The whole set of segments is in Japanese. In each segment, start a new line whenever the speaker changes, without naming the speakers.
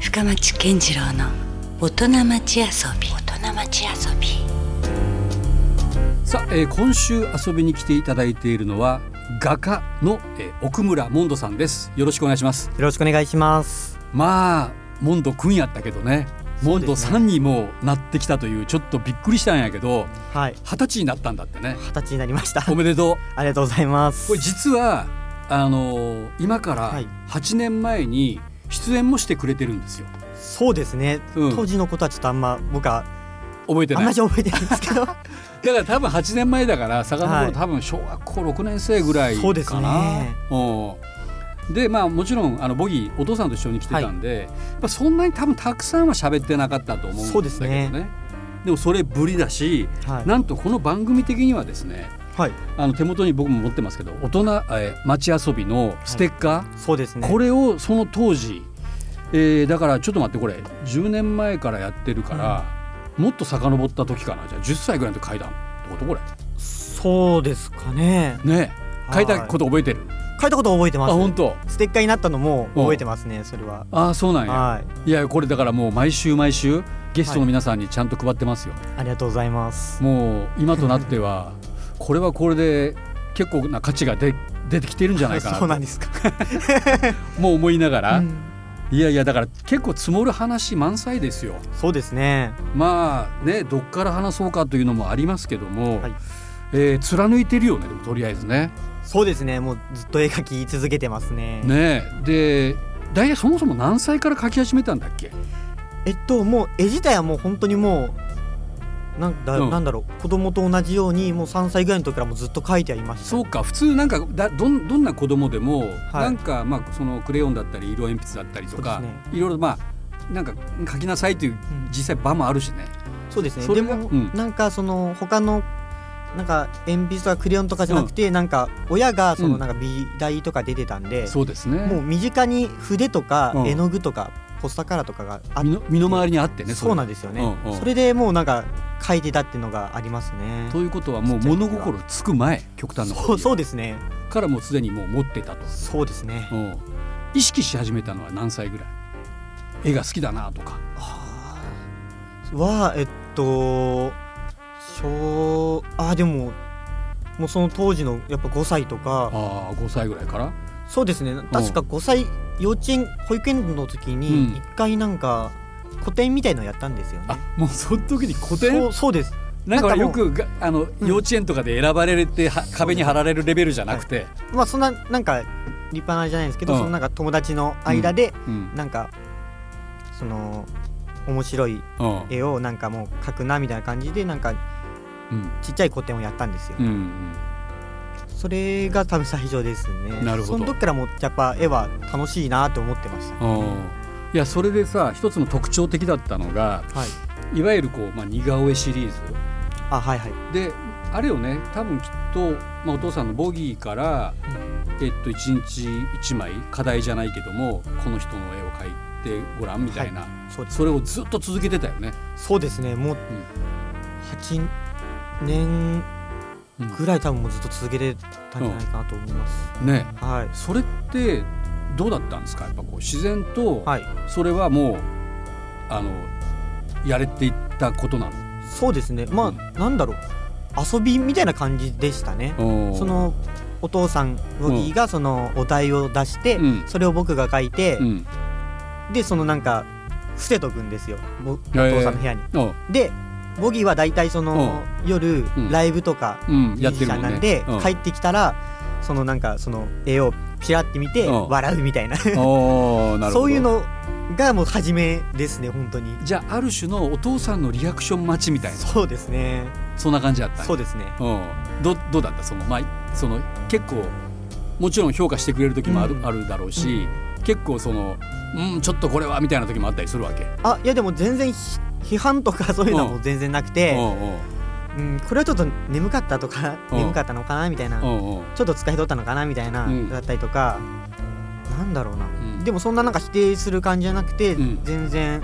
深町健次郎の大人町遊び大人町遊び
さあ、えー今週遊びに来ていただいているのは画家の、えー奥村モンドさんですよろしくお願いします
よろしくお願いします。
まあモンドくんやったけどねモンドさんにもなってきたというちょっとびっくりしたんやけど
はい、
二十歳になったんだってね
二十歳になりました。
おめでとう
ありがとうございます。
これ実はあのー今から
はい
8年前に出演もしてくれてるんですよ
そうですね、
うん
当時のことはちょっとあんま僕は
覚えて
あ
なんい
ま
だ
り覚えてないんですけど。
から多分8年前だからさかのぼ
は
る
い
多分小学校6年生ぐらいかな
そうですね
うんでまあもちろんあのボギーお父さんと一緒に来てたんで、まあ、そんなに多分たくさんは喋ってなかったと思うんだけどね
そうですね
でもそれぶりだし
はい。
なんとこの番組的にはですね
はい。
あの手元に僕も持ってますけど大人、えー街遊びのステッカー、
そうですね。
これをその当時、えーだからちょっと待ってこれ10年前からやってるから、もっと遡った時かなじゃあ10歳ぐらいの時書いたってことこれ
そうですかね。。
ねえ書いたことと覚えてる、
書いたこと覚えてま
あ本
す。
当
ステッカーになったのも覚えてますね。それは。
ああそうなんや
はい。
いやこれだからもう毎週毎週ゲストの皆さんにちゃんと配ってますよ、
ありがとうございます。
もう今となって はこれはこれで結構な価値が出出てきてるんじゃないかなと
そうなんですか。
もう思いながら、
うん
いやいやだから結構積もる話満載ですよ
そうですね。
まあねどっから話そうかというのもありますけども、
はい
えー貫いてるよねでもとりあえずね。
そうですね。もうずっと絵描き続けてますね。
ねえで大体そもそも何歳から描き始めたんだっけ
えっともう絵自体はもう本当にもうなんだ、
うん
なんだろう子供と同じようにもう3歳ぐらいの時からもうずっと描いてはいました
そうか普通なんかだどんどんな子供でも、
はい
なんか、まあ、そのクレヨンだったり色鉛筆だったりとか、
そうです
いろいろまあなんか描きなさいという
うん
実際場もあるしね。
そうですね
それ
で
が
も、
うん
なんかその他のなんか鉛筆とかクレヨンとかじゃなくて、なんか親がそうの
ん
なんか美大とか出てたんで、
そうですね
もう身近に筆とか
うん
絵の具とかポスターカラーとかがあっ
身の身の回りにあってね
そうなん
で
ですよね、
うんうん
それでもうなんか描いてたっていうのがありますね
ということはもう物心つく前極端なこ
そ
と
うそう
で
ですね
からもうすでにもう持ってたと。
そうですね
うん意識し始めたのは何歳ぐらい絵が好きだなとか
はあはえっと小あでももうその当時のやっぱ5歳とか
ああ5歳ぐらいから
そうですね確か5歳幼稚園保育園の時
うん
に一回なんか古典みたいのやったんですよ
あ
ね、
もうその時に古
そ
典
うそうです
なんか
なんか
よ
もう
くがあの
ん
幼稚園とかで選ばれては壁に貼られるレベルじゃなくて、
まあそんななんか立派なじゃないんですけど、
うん
そのなんか友達の間で
うん
なんか、その面白い
うん
絵をなんかもう描くなみたいな感じでなんか
うん
ちっちゃい古典をやったんですよ、
うんうん
それが多分最初ですね
なるほど
その時からもうやっぱ絵は楽しいなと思ってました
うんいやそれでさ一つの特徴的だったのが
はい
いわゆるこう、まあ、似顔絵シリーズ
あはいはい
であれをね多分きっと、まあ、お父さんのボギーから、えっと、1日1枚課題じゃないけどもこの人の絵を描いてごらんみたいな、
そうです
それをずっと続けてたよね。
そうですねもう8
う
年
ん
ぐらい多分もうずっと続けてたんじゃないかなと思います、
ね
はい
それってどうだったんですかやっぱこう自然と
はい
それはもう、あのやれていったことな
そうですねまあ、
うん
なんだろう遊びみたいな感じでしたね
の。
そのお父さんボギーがそのお題を出して、
うん
それを僕が書いて、
うん
でそのなんか捨てとくんですよぼお
へえ
父さんの部屋に。
うん
でボギーは大体その夜
うん
ライブとか
うん
ミュ
や
ー
っ
ジ
て
シ
る
ャ
もん
ンな
ね。
んで
うん
帰ってきたらそのなんかその絵をピラって見て
うん
笑うみたい な
おーなるほど
そういうのがもう初めですね本当に
じゃあある種のお父さんのリアクション待ちみたいなそ
そうですね
んな感じだったんや
そうですね
うん、どどうだったその,、まあ、その結構もちろん評価してくれる時もある,、
うん
あるだろうし、結構その、うん、ちょっとこれはみたいな時もあったりするわけ。
あいやでも全然ひ批判とかそういうのはもう全然なくて、
うんうん
うん、これはちょっと眠かったとか
うん
眠かったのかなみたいな
うんうん
ちょっと使い取ったのかなみたいな、
うん
だったりとかなんだろうな、
ん
でもそんななんか否定する感じじゃなくて、
うん
全然
うん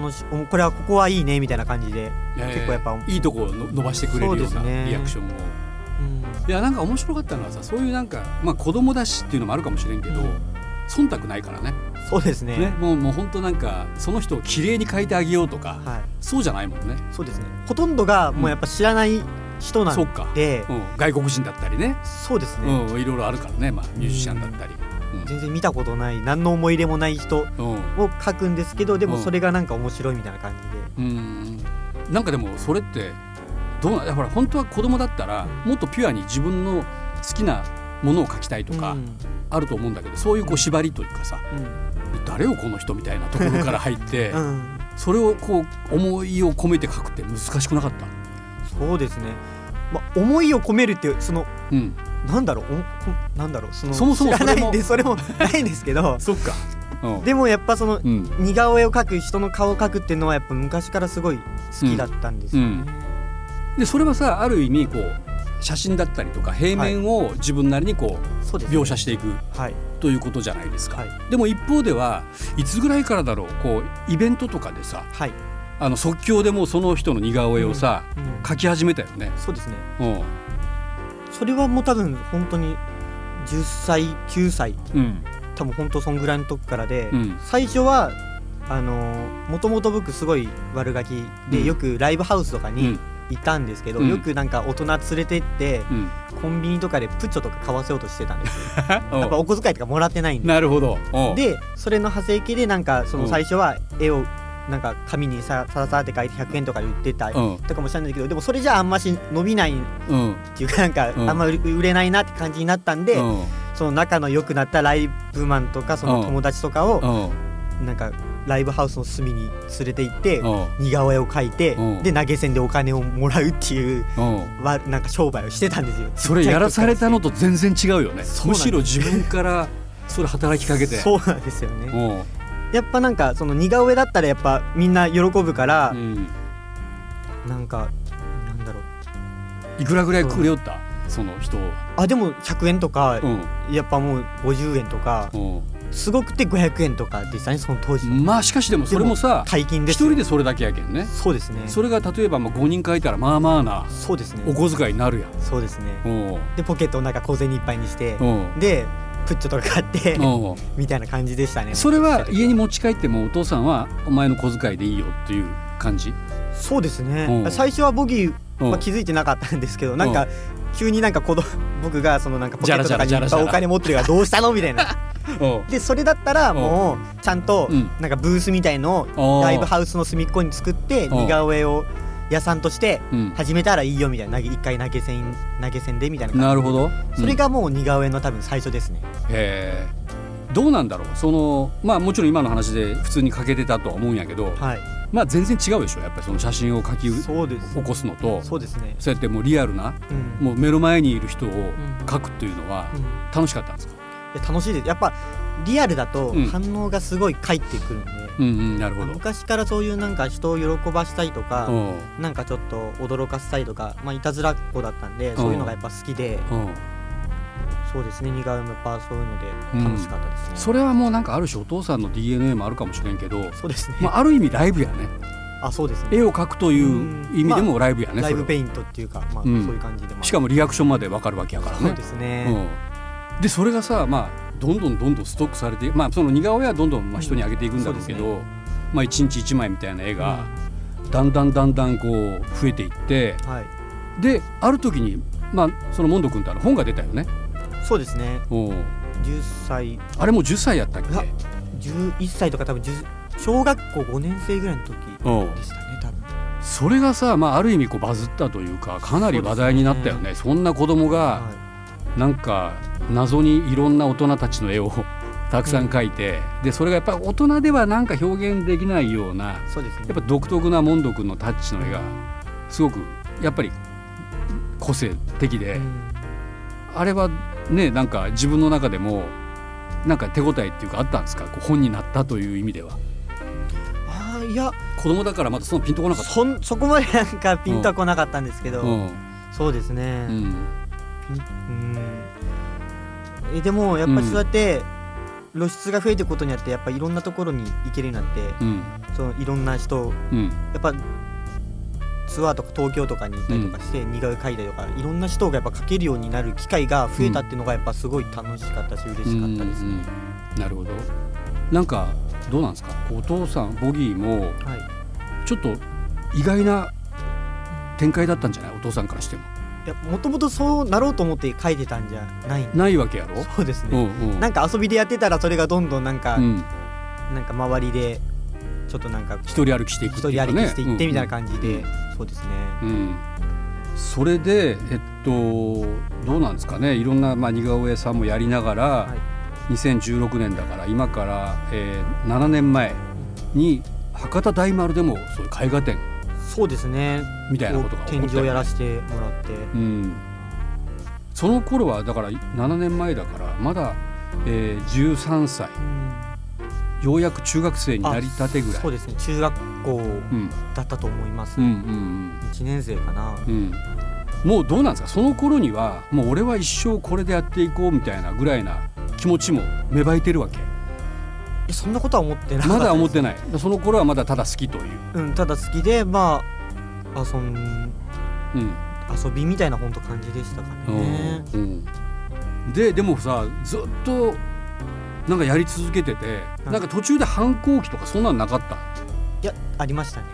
楽しおこれはここはいいねみたいな感じで、結構やっぱ
えーいいとこをの伸ばしてくれるよう
そ
な
うですね
リアクションを、いやなんか面白かったのはさそういうなんか、まあ、子供だしっていうのもあるかもしれんけど忖度ないからね
そうですね
ね、もうもう本当なんかその人を綺麗に描いてあげようとか、
はい
そうじゃないもんね。
そうですねほとんどがもうやっぱ知らない人な
そうんか、
で、
うん、外国人だったりね、
そうですね、
うん、いろいろあるからね、まあ、ミュージシャンだったり、
全然見たことない何の思い入れもない人
うん
を書くんですけどでも
うん
それがなんか面白いみたいな感じで、
うん、なんかでもそれってどうなだから本当は子供だったらもっとピュアに自分の好きなものを描きたいとか
うん
あると思うんだけど、そういうこう縛りというかさ
うん
誰をこの人みたいなところから入って、
うん
それをこう思いを込めて書くって難しくなかった、
そうですね、まあ、思いを込めるっていうその
うん、
なんだろうおこなんだろうその
そもそも
知らないんで
そ
それもないんです けど
そっか、うん
でもやっぱその
うん、
似顔絵を描く人の顔を描くっていうのはやっぱ昔からすごい好きだったんですよね。
でそれはさある意味こう写真だったりとか平面を自分なりにこ
そう
う
ですね
描写していく
はい
ということじゃないですか、
はい
でも一方ではいつぐらいからだろうこうイベントとかでさ
はい、
あの即興でもうその人の似顔絵をさ、
うん
描き始めたよね、
そうですね
うん
それはもう多分本当に10歳9歳
うん
多分本当そんぐらいの時からで、
うん
最初はあのもともと僕すごい悪ガキで、
うん
よくライブハウスとか
う
に
ん
いたんですけど、
うん
よくなんか大人連れてって、
うん
コンビニとかでプッチョとか買わせようとしてたんですよやっぱお小遣いとかもらってないんで
なるほどうん
でそれの派生系でなんかそうの
ん
最初は絵をなんか紙にささらさらって書いて100円とかで売ってたり
うん
とかもしたんだけどでもそれじゃああんまし伸びないっ
うん
ていうかなんか
うん
あんま売売れないなって感じになったんで、
うん
その仲の良くなったライブマンとかその友達とかを
うん
なんかライブハウスの隅に連れて行って
うん
似顔絵を描いて
うん
で投げ銭でお金をもらうっていう
うん
わなんか商売をしてたんですよ
それやらされたのと全然違うよね
そう
む
なんです
しろ自分からそれ働きかけて
そうなんですよね
うん
やっぱなんかその似顔絵だったらやっぱみんな喜ぶから
うん
なんかなんだろう
いくらぐらいくれよった、その人を。
あでも100円とか
うん
やっぱもう50円とか
う
すごくて500円とかでしたねその当時の
ん、まあしかしでもそれもさ
大金で
一
すよ
人でそれだけやけんね
そうですね
それが例えばまあ5人書いたらまあまあな
そうですね
お小遣いになるやん。
そうですね
うん
でポケットをなんか小銭いっぱいにして
うん
でプッチョとか買って
うん
みたいな感じでしたね
それは家に
も
持ち帰ってもお父さんはお前の小遣いでいいよっていう感じ、
そうですね、
うん
最初はボギー
うん
は気づいてなかったんですけど、なんか急になんか子供僕がその なんかポケットとかに
じ
い
ゃ
っ
らじ
ぱ
ゃらじゃらじゃ
いお
ら
金持ってるからどうしたのみた いな
うん
でそれだったらもうちゃんと
うん
なんかブースみたいの
あ
を
ー
ライブハウスの隅っこに作って
うん
似顔絵を屋さんとして
うん
始めたらいいよみたいな投げ一回投げ銭投げ銭でみたいな感じ
なるほど、
それ
うん
がもう似顔絵の多分最初ですね、
へーどうなんだろうそのまあもちろん今の話で普通に書けてたとは思うんやけど、
はい
まあ全然違うでしょやっぱりその写真を書き起
そうです
こすのと
そうですね
そうやってもうリアルな
うん、
もう目の前にいる人を
ん
描くというのは
うん
楽しかったんですか、
いや楽しいですやっぱリアルだと
うん
反応がすごい返ってくるんで、
うんうん、なるほど。
昔からそういうなんか人を喜ばしたいとか、
うん
なんかちょっと驚かせたいとか、まあ、いたずらっ子だったんで、
ん
そういうのがやっぱ好きで
うん、
そうですね似顔絵もやっぱそういうので楽しかったですね、
それはもうなんかある種お父さんの DNA もあるかもしれんけど、
そうですね、
まあ、ある意味ライブやね
あそうですね
絵を描くという意味でもライブやね、
ラ
そ
イ
れ
ブ
は
ペイントっていうか、まあ
うん
そういう感じでも
しか
も
もリアクションまでわかるわけやから
そう
ね
ですね、
うん、でそれがさ、まあ、どんどんどんどんストックされて、まあ、その似顔絵はどんどんまあ人にあげていくんだろうけど、
うんそう
まあ、1日1枚みたいな絵がだんだんだんだんこう増えていって
はい
である時に、まあ、そのモンド君とあの本が出たよね、
そうですね
うん、
10歳
あれもう10歳やったっけ
うわ11歳とか多分10小学校5年生ぐらいの時
うん
でしたね多分
それがさ、まあ、ある意味こうバズったというかかなり話題になったよねそんな子供が
は
なんか謎にいろんな大人たちの絵をたくさん描いて、でそれがやっぱり大人ではなんか表現できないようない
そうですね
やっぱ独特なモンド君のタッチの絵がすごくやっぱり個性的で、
うん
あれはねなんか自分の中でもなんか手応えっていうかあったんですかこう本になったという意味では
あーいや
子供だからまだそのピンとこなかった。
そんそこまでなんかピンとは来なかったんですけど、
うん
そうですね
う、ん
うんえでもやっぱりそうやって露出が増えていくことによってやっぱいろんなところに行けるようになって、
うん
そのいろんな人
うん
やっぱツアーとか東京とかに行ったりとかして似顔絵描いたりとかいろんな人がやっぱ描けるようになる機会が増えたっていうのがやっぱすごい楽しかったし嬉しかったですね、
うんうんなるほどなんかどうなんですかお父さんボギーも
はい、
ちょっと意外な展開だったんじゃないお父さんからしても
いやもともとそうなろうと思って書いてたんじゃないんで
ないわけやろ
そうです
う
ね、
んうん
なんか遊びでやってたらそれがどんどんなんか、
うん
なんか周りでちょっとなんか
一人歩きしていく
一
っ
人
ていうか
歩
ね
きしていってみたいな感じで、
うん
そうですね
うん、それで、えっと、どうなんですかねいろんな、まあ、似顔絵さんもやりながら、
い
2016年だから今から、えー7年前に博多大丸でもそういう絵画展
そうですね
みたいなことが起こったよね
展示をやらせてもらっ
う
て
ん、その頃はだから7年前だからまだ、えー13歳ようやく中学生になりたてぐらい
そうですね中学校
うん
だったと思います、
うんう
一
ん
1年生かな、
うんうんもうどうなんですかその頃にはもう俺は一生これでやっていこうみたいなぐらいな気持ちも芽生えてるわけ
えそんなことは思ってなかった
まだ思っ
な
てないその頃はまだただ好きという、
うん、ただ好きでまあ遊
う
ん
ん
遊びみたいな本当感じでしたかね。
うんででもさずっとなんかやり続けてて、
うん
なんか途中で反抗期とかそんなんなかった
いやありましたね。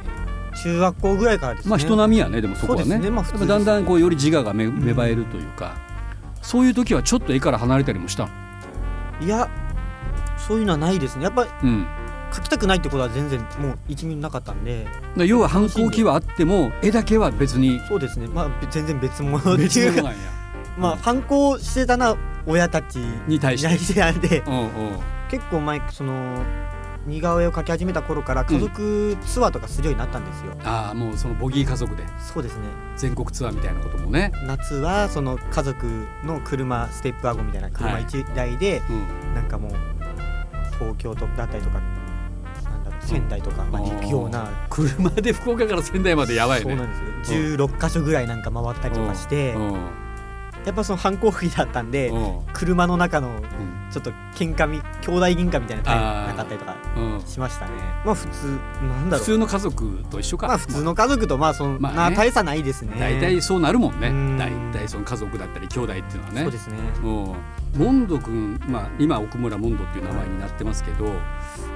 中学校ぐらいからですね。
まあ人並みやねでもそこは
そうで
ね
すねまあ
や
普
っ
通
ぱ
です
だ
ね
んだんこうより自我がめ
ん
芽生えるというか、そういう時はちょっと絵から離れたりもしたの
いやそういうのはないですね。やっぱ
うん、だか
書きたくないってことは全然もう一ミリなかったんで、
ら要は反抗期はあっても絵だけは別に
そうですね。まあべ全然別物って
別
いう
物
か、
なんや
まあ反抗してたな親たち
に対
に
し て。
してあれで、
うんうん
結構前その似顔絵を描き始めた頃から家族ツアーとかするようになったんですよ。
ああもうそのボギー家族で
そうですね。
全国ツアーみたいなこともね、
夏はその家族の車ステップワゴンみたいな車
はい
1台で、
うん、
なんかもう東京とだったりとかなんだろう仙台とかまで行くような、
車で福岡から仙台までやばい
そう
ね。
なんですよ16か所ぐらいなんか回ったりとかして、
うん
やっぱその反抗期だったんで、
うん
車の中の
ん
ちょっと喧嘩み兄弟喧嘩みたいなタイプなかったりとか
うん
しましたねまあ普通なん
普
だろう
通の家族と一緒か、
まあ普通の家族とまあその、
まあね
まあ大差ないですね
大体そうなるもんね
うん
大体その家族だったり兄弟っていうのはね
そうですね
うんモンド君、まあ、今奥村モンドっていう名前になってますけど、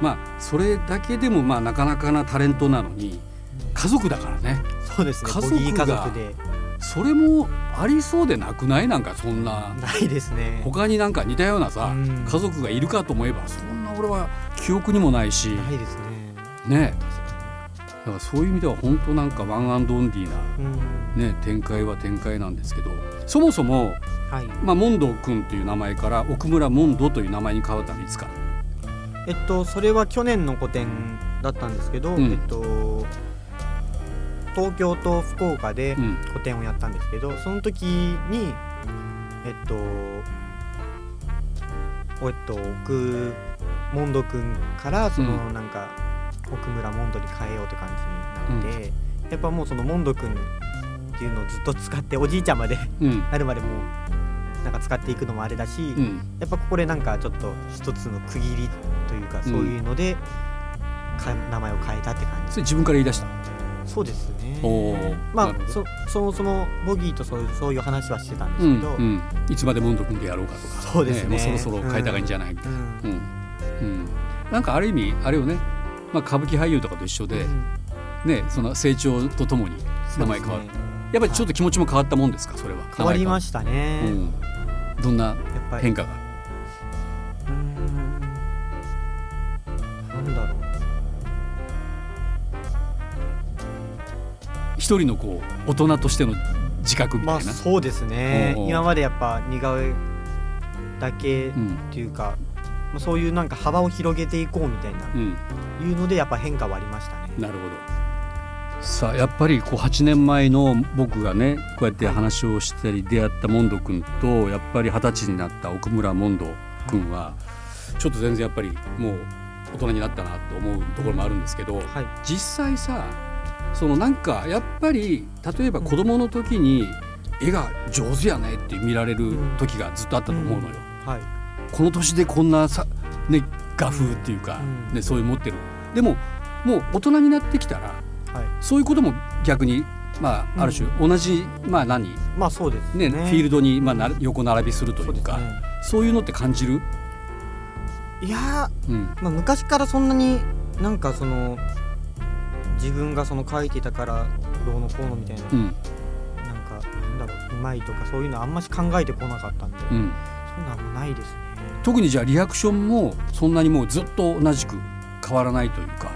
まあ、それだけでもまあなかなかなタレントなのに家族だからね
そうですね
家
ボ
族
ギー家
が
族で
それもありそうでなくないなんかそんな
ないですね
他になんか似たようなさ
うん
家族がいるかと思えばそんな俺は記憶にもないし
ないですね
ねだからそういう意味では本当なんかワンアンドオンリーな、
うん
ね、展開は展開なんですけどそもそも、
はい
まあ、モンド君という名前から奥村モンドという名前に変わったのいつから
えっとそれは去年の個展だったんですけど、
うん
えっと東京と福岡で
うん
個展をやったんですけど、その時にえっとおえっと奥モンド君からその、
う
なんか奥村モンドに変えようって感じになって、やっぱもうそのモンド君っていうのをずっと使っておじいちゃんまで
うん
なるまでもうなんか使っていくのもあれだし、
うん
やっぱここでなんかちょっと一つの区切りというかそういうので、か名前を変えたって感
そ
じ
れ自分から言い出した
そうです
お
ね
お
まあそそもそもボギーとそういうそういう話はしてたんで
う
す
ん
けど、
うん、いつまでモンド君でやろうかとか
そうですね
もうそろそろ変えた方がいいんじゃないみたいな、
うん
うんうんなんかある意味あれよね、まあ、歌舞伎俳優とかと一緒で、ね、その成長とともに名前変わる、やっぱりちょっと気持ちも変わったもんですかそれは
変わりま
し
した
た
ね、
どんな
やっぱり
変化が、
うーんなんだろう
一人のこう大人としての自覚み
ま
た
あ
いな、
そうですね
おうおう
今までやっぱ似顔絵だけっ
うん
ていうか、まあそういうなんか幅を広げていこうみたいな
うん、
いうのでやっぱ変化はありましたね。
なるほどさあやっぱりこう8年前の僕がねこうやって話をしたり出会ったモンド君とやっぱり二十歳になった奥村モンド君はちょっと全然やっぱりもう大人になったなと思うところもあるんですけど
はい
実際さそのなんかやっぱり例えば子供の時に絵が上手やねって見られる時がずっとあったと思うのよ。
はい、
この年でこんなさ、ね、画風っていうか、
うん
ね、そういう持ってるでももう大人になってきたら
はい、
そういうことも逆に、ま
うん
あ、ある種同じ、まあ何
まあそうです
ねフィール
ル
ドに、まあ、な横並びするというかそう
ですね
いうのって感じる
いや
うん
ー、まあ、昔からそんなになんかその自分がその書いてたからどうのこうのみたいな、
うん
なんかなんだろううまいとかそういうのあんまし考えてこなかったんで、
う
そ
ん、
ういうのあんまないですね、
特にじゃあリアクションもそんなにもうずっと同じく変わらないというか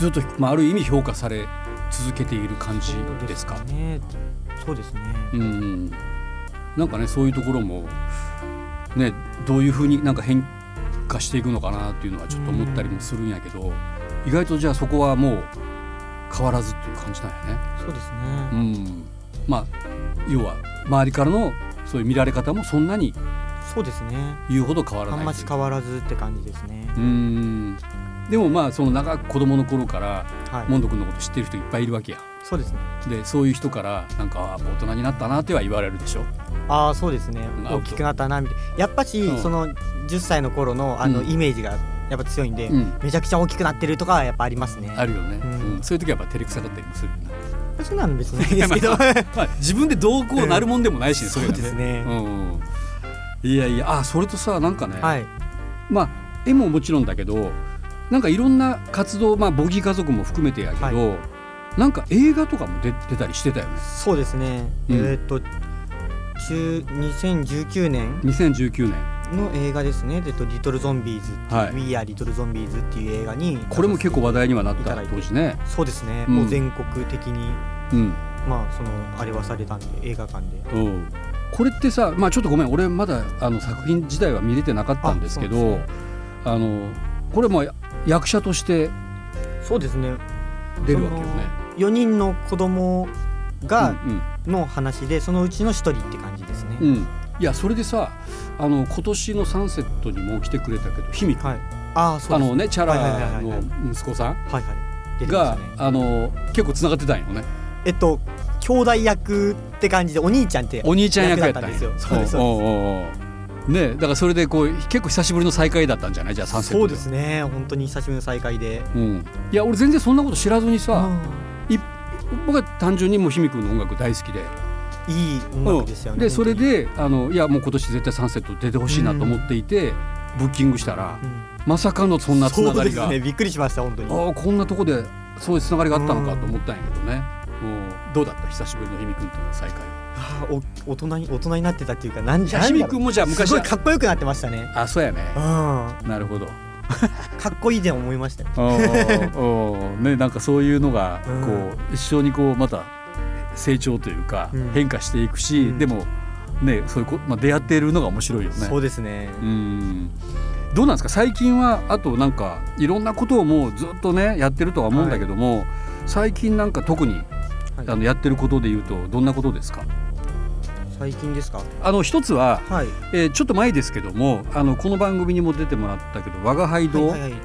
ずっと、まあ、ある意味評価され続けている感じ
そう
ですか。
ねそうですね、
うん、なんかねそういうところも、ね、どういうふうになんか変化していくのかなっていうのはちょっと思ったりもするんやけど意外とじゃあそこはもう変わらずっていう感じなんやね。
そうですね、
うん、まあ要は周りからのそういう見られ方もそんなに
そうですね
言うほど変わら
あ
ない
んまし変わらずって感じですね、
うんでもまあその長く子供の頃から
はい
モンド君のこと知ってる人いっぱいいるわけや
そうですね
でそういう人からなんかあー大人になったなっては言われるでしょ
ああそうですね
ん
大きくなったなみたいなやっぱし、
うん
その10歳の頃のあの
うん
イメージがやっぱ強いんで、
うん
めちゃくちゃ大きくなってるとかはやっぱありますね
あるよね、う
うんん
そういう時はやっぱ照れくさかったりもするよね
そんなの別にいいですけど
いや まあ自分でどうこうなるもんでもないしね、それ
そう
が
ですね、
うんうんいやいやあーそれとさなんかね、
はい
まあ絵ももちろんだけどなんかいろんな活動まあボギー家族も含めてやけど、
は
なんか映画とかも出出たりしてたよね
そうですね、
うん
えーっと中2019年
2019年
の映画ですね「えっとリトルゾンビーズ」
はい
We are Little Zombies」っていう映画に
これも結構話題にはなっ
いた
た
だいて
当時ね
そうですね、
うん
もう全国的に
うん
まあそのあれはされたんで映画館で
うんこれってさまあちょっとごめん俺まだあの作品自体は見れてなかったんですけ
あそう
どあのこれもや役者として
そうですね
出るわけよね
4人の子供が、
うん
の話でそのうちの1人って感じですね、
うん、うんいやそれでさあの今年のサンセットにも来てくれたけどひみ
はいああそ
あ
うです
のねチャ
はいはいはい
ラ
はいは
の息子さん
はいはい出てま
が、
したね
あの結構つながってたんよね
えっと兄弟役って感じでお兄ちゃんって
お兄ちゃん役やったん
役だったん
や
ですよそうです
おうおうおうねだからそれでこう結構久しぶりの再会だったんじゃないじゃあサンセッ
そ
ト
うですね本当に久しぶりの再会で
うん、いや俺全然そんなこと知らずにさ、
あ
僕は単純にもうひみくんの音楽大好きで
いい音楽ですよね、
でそれ
本
であのいやもう今年絶対サンセット出てほしいなと思っていて、ブッキングしたら
当に、うん
まさかのそんなつながり
そ
が、
うですねびっくりしました本当に
ああこんなとこでそういうつながりがあったのかと思ったんやけどね、うんどうだった久しぶりのひみくんとの再会
あーお大人に大人になってたっていうか何
じゃあひみくんもじゃあ昔
昔すごい
は
かっこよくなってましたね
あそうやね
うんか
なるほど
っこいいで思いましたよ
おーお ーね、なんかそういうのがこう、一緒にこうまた成長というか、
うん
変化していくし、
うん
でも、ね、そういうこ、まあ、出会っているのが面白いよね
そう。ですね
うんどうなんですか最近はあとなんかいろんなことをもうずっとねやってるとは思うんだけども、最近なんか特に、
はい
あのやってることで言うとどんなことですか
最近ですか
あの一つは、
はい
えーちょっと前ですけどもあのこの番組にも出てもらったけど「我が輩堂」で、
はいはいは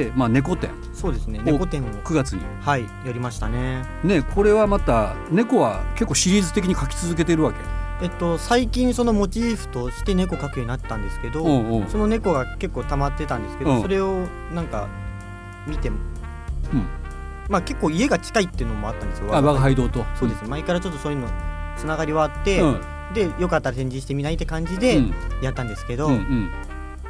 い、
まあ、猫展
そうですね
お
猫展を
9月に
はいやりましたね
ねこれはまた猫は結構シリーズ的に描き続けてるわけ。
えっと最近そのモチーフとして猫描くようになったんですけど、
うんうん
その猫が結構溜まってたんですけど、
うん
それをなんか見ても、
うん
まあ結構家が近いっていうのもあったんですよ
あ我が輩堂と。
そうですね前からちょっとそういうのつながりはあって、
うん。
でよかったら展示してみないって感じ
う
で
ん
やったんですけど、
うんうん。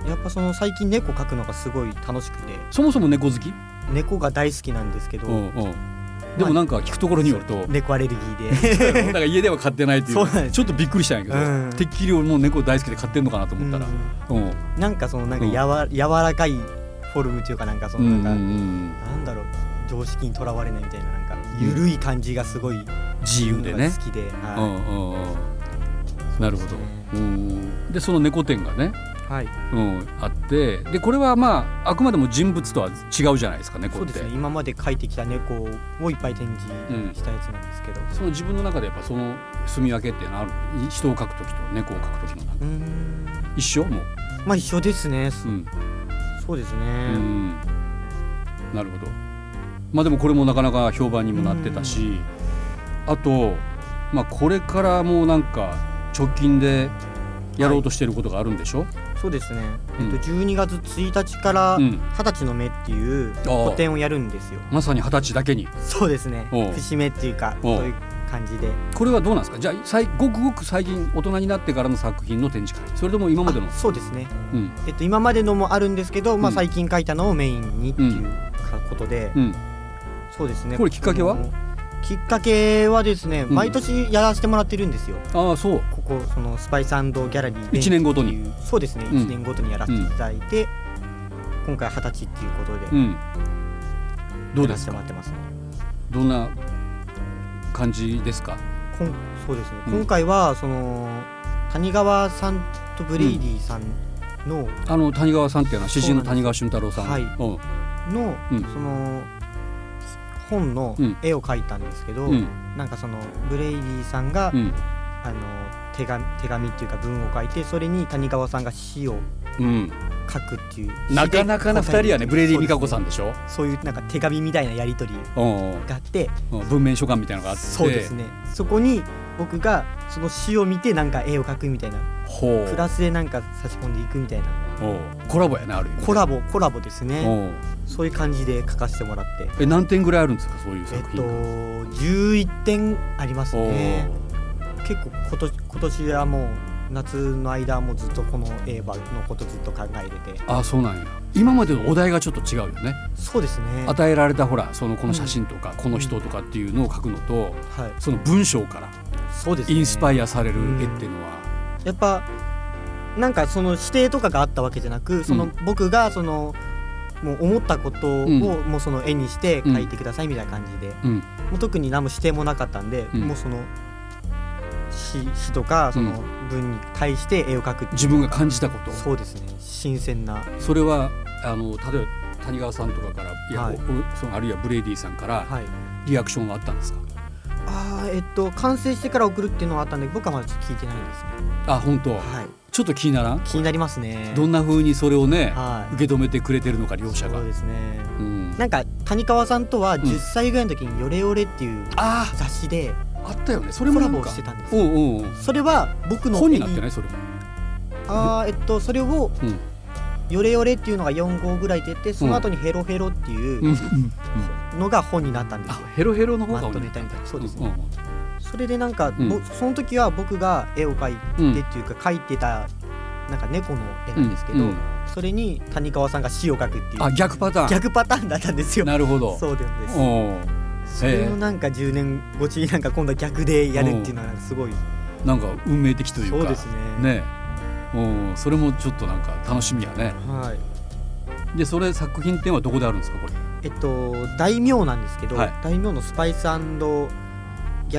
やっぱその最近猫描くのがすごい楽しくて
そもそも猫好き。
猫が大好きなんですけど、
うんうん。でもなんか聞くところによると。
猫アレルギーで
だから家では飼ってないとい
そうなん
う
です
ちょっとびっくりしたんやけど、
うん
てっきり俺もう猫大好きで飼ってんのかなと思ったら、
うん
うん、うん
なんかそのなんかやわ、柔らかいフォルムというかなんかその
う
なんん
う
か、
ん
なんだろう常識にとらわれないみたいななんか緩い感じがすごい
自由でね
好きで、
う
は
んうんうんなるほど
そうですね
うんでその猫展がね、
い、はい
うん、あってでこれはまああくまでも人物とは違うじゃないですか
そ
猫
う
っ
で
て
すね今まで描いてきた猫をいっぱい展示したやつなんですけど、
その自分の中でやっぱその住み分けっていうのはあるい人を描く時と猫を描く時のなんか
うーん
一緒もう、
まあ一緒ですね、
うん
そうです
う
ね、
ん、なるほどまあでもこれもなかなか評判にもなってたし、あと、まあ、これからもうなんか直近でやろうとしてることがあるんでしょ、
そうですね、
うん
えっと、12月1日から
う
二
ん
十歳の目っていう
ああ
個展をやるんですよ、
まさに二十歳だけに
そうですね
おう
節目っていうか
おう
そういう感じで
これはどうなんですかじゃあさいごくごく最近大人になってからの作品の展示会それとも今までの
あそうですね、
うん
えっと、今までのもあるんですけど、ま
う
あ、
ん
最近書いたのをメインにっていうかことで、
うん
そうですね
これきっかけは
あのきっかけはですね
ん
毎年やらせてもらってるんですよ、
ああそう
ここそのスパイスギャラリーで
一年ごとに
そうですね
うん
1年ごとにやらせていただいて、今回二十歳っていうことで
うんどうで
やらせ
す
ても
から
ってますね
どんな感じですか
こんそうですね、
うん
今回はその谷川さんとブレイディさんの、
あの谷川さんっていうのは詩人の谷川俊太郎さん
はい
うん
の、
うん
その本の
うん
絵を描いたんですけど、
うん
なんかそのブレイディさんが、
うん
あの手紙手紙っていうか文を書いてそれに谷川さんが詩を
うん
書くっていう
なかなかな二人やねブレイディ・ミカコさ
ん
んでしょ
そういうなんか手紙みたいなやり取り
うんうん
があって
うん文面書館みたいなのがあって
そうですねそこに僕がその詩を見てなんか絵を描くみたいな
ほう
プラスでなんか差し込んでいくみたいな
おうコラボやなある意味
コラボコラボですね
おう
そういう感じで描かせてもらって
え何点ぐらいあるんですかそういう
えっ
作
と
品が
11点あります
おう
ね結構今年今年はもう夏の間はもうずっとこの映画のことずっと考えてて
あそうなんや今までのお題がちょっと違うよね
そうですねはい
与えられたほらそのこの写真とかこの人とかっていうのを書くのとその文章から
そうですね
インスパ
イ
イアされる絵っていうのは
やっぱなんかその指定とかがあったわけじゃなくそうの
ん
僕がそのもう思ったことを
うん
もうその絵にして描いてくださいみたいな感じで、
うん
もう特に何も指定もなかったんで、
うん
もうその詩詩とかその文に対して絵を描くっていう
自分が感じたこと
そうですね新鮮な
それはあの例えば谷川さんとかからいや、
はい
おそのあるいはブレイディさんから
はい
リアクションはあったんですか
あーえっと完成してから送るっていうのはあったんで僕はまだちょっと聞いてないですね
あ本当
はい
ちょっと気にならん
気になりますね
どんな風にそれをね
はい
受け止めてくれてるのか両者が
そうですね
うん
なんか谷川さんとは
ん
10歳ぐらいの時に「ヨレヨレ」っていう
あ
雑誌で
ーあったよねそれ
コ
も
ラ
なん
ボを
か
してたんです
う
よ
んうんうん
それは僕の
本になって
い
ないそれも
あーえっとそれを
うん
「ヨレヨレ」っていうのが4号ぐらい出てその後に「ヘロヘロ」って
うんう
い
ん
うのが本になったんですよ
あヘロヘロの方
ま
が
と
多い
めたみたいなそうです
うんう
ね
ん
それでなんか
ん
ぼその時は僕が絵を描い
うん
てっていうか描いてたなんか猫の絵なんですけど
うんうん
それに谷川さんが詩を書くっていう
あ逆パターン
逆パターンだったんですよ
なるほど
そうなんです
お
それをなんか10年越しになんか今度は逆でやるっていうのはなんかすごい
なんか運命的というか
そうですね
ねおそれもちょっとなんか楽しみやね
はい
でそれ作品展はどこであるんですかこれ
えっと大名なんですけど、
はい
大名のスパイスギャ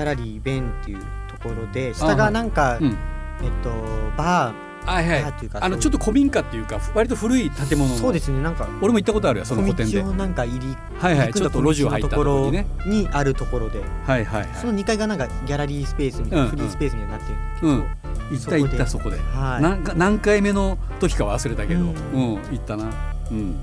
ラリーベンっていうところで下
は
が
い
なんか、
うん
えっとバ
はいは
ー、バ
い
ーっていうか
あのちょっ
と
と古民家っていうかふ割と古い建物の
そうですねなんか
俺も行ったことあるよそ
小
の古典で
道をなんか入り
はいはいちょっと路地を入ったところに
に
ね
あるところで、
はいはい
そ
は
の2階がなんかギャラリースペースみたいな、
うん
フリースペースみたいになってるんだ
い
けど、
うん行った行ったそ
そ
こで
はい
なんか何回目の時かは忘れたけどう
うんん
行ったなうん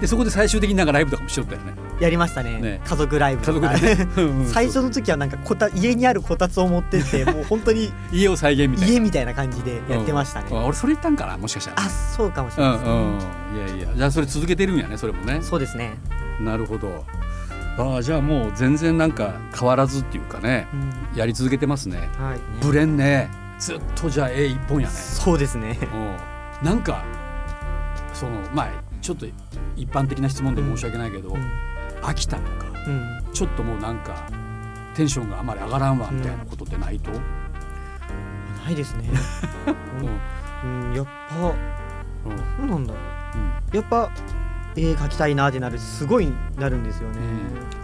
でそこで最終的になんかライブとかもしよったよね
やりましたね
ね
家族ライブ
家
と
族
か
で ね うんうん
最初の時はなんかこた家にあるこたつを持ってってもう本当に
家を再現みたいな
家みたいな感じでやってましたね、
うんあ俺それ行ったんかなもしかしたら
あそうかもし
う
れないですね、
んうんいやいやじゃあそれ続けてるんやねそれもね
そうですね、
なるほどああじゃあもう全然なんか変わらずっていうかね
うん
やり続けてますね
はい
ブレんねずっとじゃあ絵一本やね
そうですね
うんなんかそのまあちょっと一般的な質問で申し訳ないけど、
うん、
飽きたとか
うん
ちょっともうなんかテンションがあまり上がらんわみたいなことってないと、
ないです ね
うん
うん、やっぱ
うん
そうなんだやっぱ絵描きたいなってなるすごいなるんですよ
う
ね、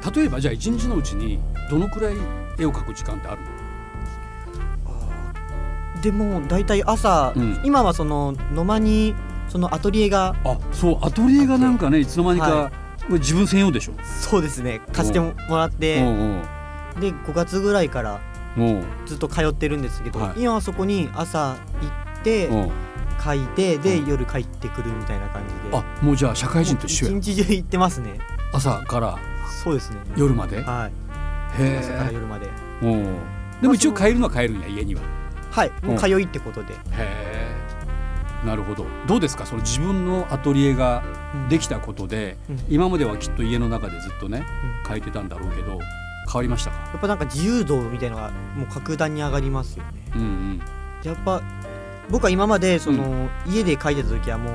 ん例えばじゃあ一日のうちにどのくらい絵を描く時間ってあるの
でも大体朝、
うん
今はその野間にそのアトリエが
あそうアトリエがなんかねいつの間にか、
は
これ自分専用でしょ、
そうですね貸してももらっ
う
て
ん
で5月ぐらいから
うんうん
ずっと通ってるんですけど、
はい
今はそこに朝行って
うん
書いてで、
うん
夜帰ってくるみたいな感じで
あもうじゃあ社会人と一緒
も
や
う一日中行ってますね
朝から
そうですね
夜までへ
はい朝から
え
夜まで
うんでも一応帰るのは帰るんや家には
はいもう
うん
通いってことで、
へえなるほどどうですかその自分のアトリエがで
き
きたことで、
うん
今まではきっと家の中でずっとね
うん
書いてたんだろうけど変わりましたか
やっぱなんか自由度みたいなのがもう格段に上がりますよね
うんうん
やっぱ僕は今までその、家で書いてた時はもう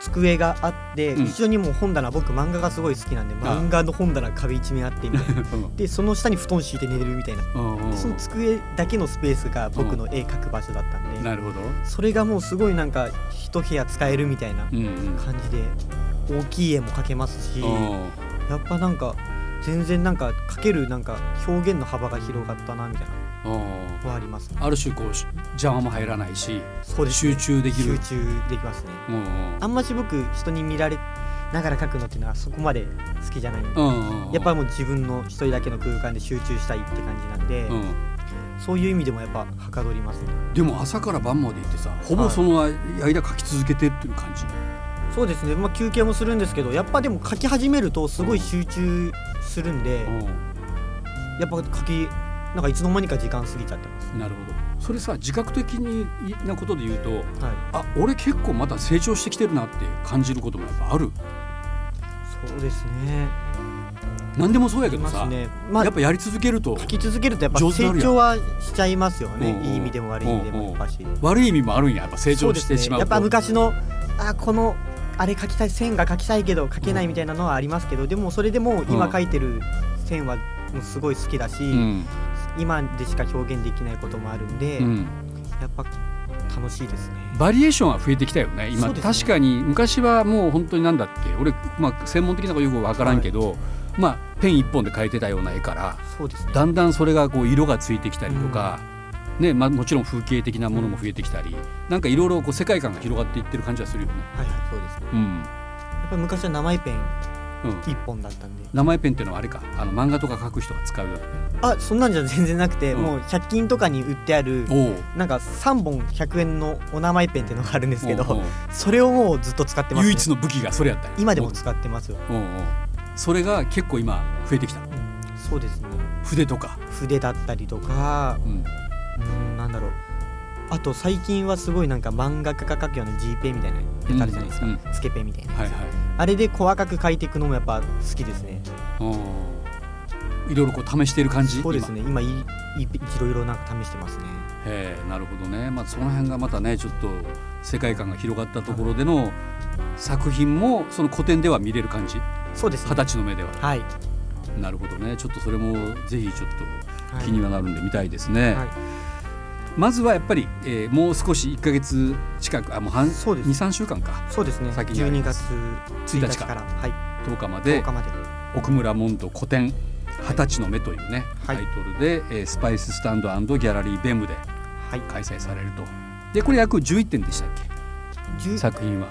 机があって、
うん
後ろにもう本棚僕漫画がすごい好きなんで
ああ
漫画の本棚壁 一面あってみたいなでその下に布団敷いて寝れるみたいな
うんうん
でその机だけのスペースが僕の絵描く場所だったんで、
なるほど
それがもうすごいなんか一部屋使えるみたいな
うんうん
感じで大きい絵も描けますしや
あ
っぱなんか全然なんか描けるなんか表現の幅が広がったなみたいな
ーあ
のはありますね
ーある種こうし邪魔も入らないし
そうです
集中できる
集中できますね
うんうん
あんまし僕人に見られながら描くのっていうのはそこまで好きじゃないんで
うんうんうん
やっぱもう自分の一人だけの空間で集中したいって感じなんで、
うん
そういう意味でもやっぱはかどりますね
でも朝から晩まで行ってさほぼその間書き続けてっていう感じ
そうですね、まあ、休憩もするんですけどやっぱでも書き始めるとすごい集中するんで、
う
やっぱ書きなんかいつの間にか時間過ぎちゃってます、
んなるほどそれさ自覚的になことで言うと
は
あ俺結構また成長してきてるなって感じることもやっぱある
い、そうですね
何でもそうや
あ
け
り
ど
ま
さ、
すねまあ
やっぱやり続けると
書き続けるとやっぱ
上手になる
成
やん
長はしちゃいますよね
うんうん
いい意味でも悪い意味でもやっぱし
悪い意味もあるんややっぱ成長してしまう
そ
と
ですね、やっぱ昔のあこのあれ書きたい線が書きたいけど書けないみたいなのはありますけど、でもそれでも今書いてる線はもうすごい好きだし、
うん
今でしか表現できないこともあるんで、
うん、
やっぱ楽しいですね
バリエーションは増えてきたよね今
そうですね
確かに昔はもう本当になんだっけ俺、まあ、専門的なことよくわからんけど、まあ、ペン一本で描いてたような絵から
そうですね
だんだんそれがこう色がついてきたりとか、ねまあ、もちろん風景的なものも増えてきたりなんかいろいろこう世界観が広がっていってる感じはするよね。
はいはいそうですね
うん
やっぱ昔は生ペン
うん
一本だったんで
名前ペンっていうのはあれかあの漫画とか書く人が使うような
あそんなんじゃ全然なくて、
うん
もう100均とかに売ってある
ペンおう
なんか3本100円のお名前ペンっていうのがあるんですけ
おう
ど
おう
それをもうずっと使ってます、ね、
唯一の武器がそれやったんや
今でも使ってますよ、
おうおうそれが結構今増えてきた
うんそうですね
筆とか、
筆だったりとか
うん、
うんなんだろうあと最近はすごいなんか漫画家が書くような G ペンみたいなやつあるじゃないですか、
うんうん
つけペンみたいなやつ、
はいはい
あれで細かく書いていくのもやっぱ好きですね
おういろいろこう試している感じ
そうですね今いいいろいろなんか試してますね
今へえなるほどね、まあ、その辺がまたねちょっと世界観が広がったところでの作品もその古典では見れる感じ
そうです
二十
ね
歳の目では
はい、は
なるほどねちょっとそれもぜひちょっと
い
気にはなるんで見たいですね、
はい
まずはやっぱり、えーもう少し1か月近くあもう半
そうです
23週間か
そうですね。
先にあり
12
ま
月
す1
1
日
日
か
から、はい、
10日まで
10日まで。
奥村門と古典二十歳の目というね、
はい
タイトルで、えースパイススタンドギャラリーベムで
はい。
開催されるとでこれ約11点でしたっけ
10
作品は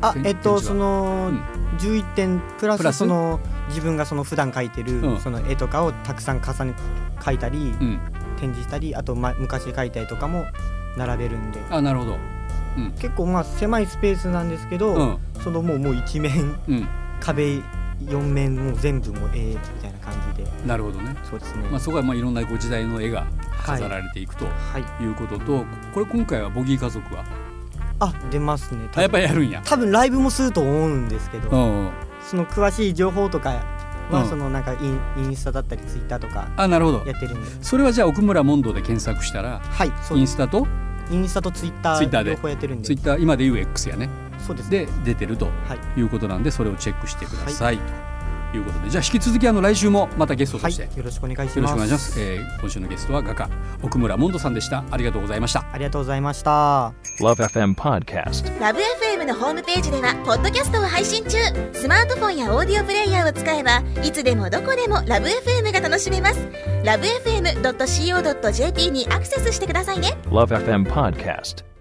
あ
展、
えっ
展
と
示は
そ
う
の
ん
11点プラ
プラ
ス
ス
その自分がその普段描いて
うん
るその絵とかをたくさん重ね描いたり
うん
展示したり、あとま昔描いた絵とかも並べるんで。
あなるほどうん
結構まあ狭いスペースなんですけど、
うん
そのもうもう一面
うん
壁4面もう全部もう絵みたいな感じで
なるほどね、
そうですね、
まあ、そこはまあいろんなご時代の絵が飾られていくと
はい
いうことと、これ今回はボギー家族は
あ出ますね
あやっぱりやるんや
多分ライブもすると思うんですけど、
うんうん
その詳しい情報とかは、
うん
そのなんかインインスタだったりツイッターとか
あなるほど
やってるんで
それはじゃあ奥村問答で検索したら
はいそう
イ
で
ン
す
スタと
インスタとツイッタ
ツイッター
ー
で
両方やってるんで
ツイッター今でいう X やね
そうですね
で出てると
はい
いうことなんでそれをチェックしてください、ということでじゃあ引き続きあの来週もまたゲストと
は
して、
いよろしくお願いします
よろしくお願いします、えー今週のゲストは画家奥村もんどさんでしたありがとうございました
ありがとうございました
Love FM Podcast.
ラブ f m のホームページではポッドキャストを配信中スマートフォンやオーディオプレイヤーを使えばいつでもどこでもラブ f m が楽しめますラブ FM.co.jp にアクセスしてくださいね
Love FM Podcast.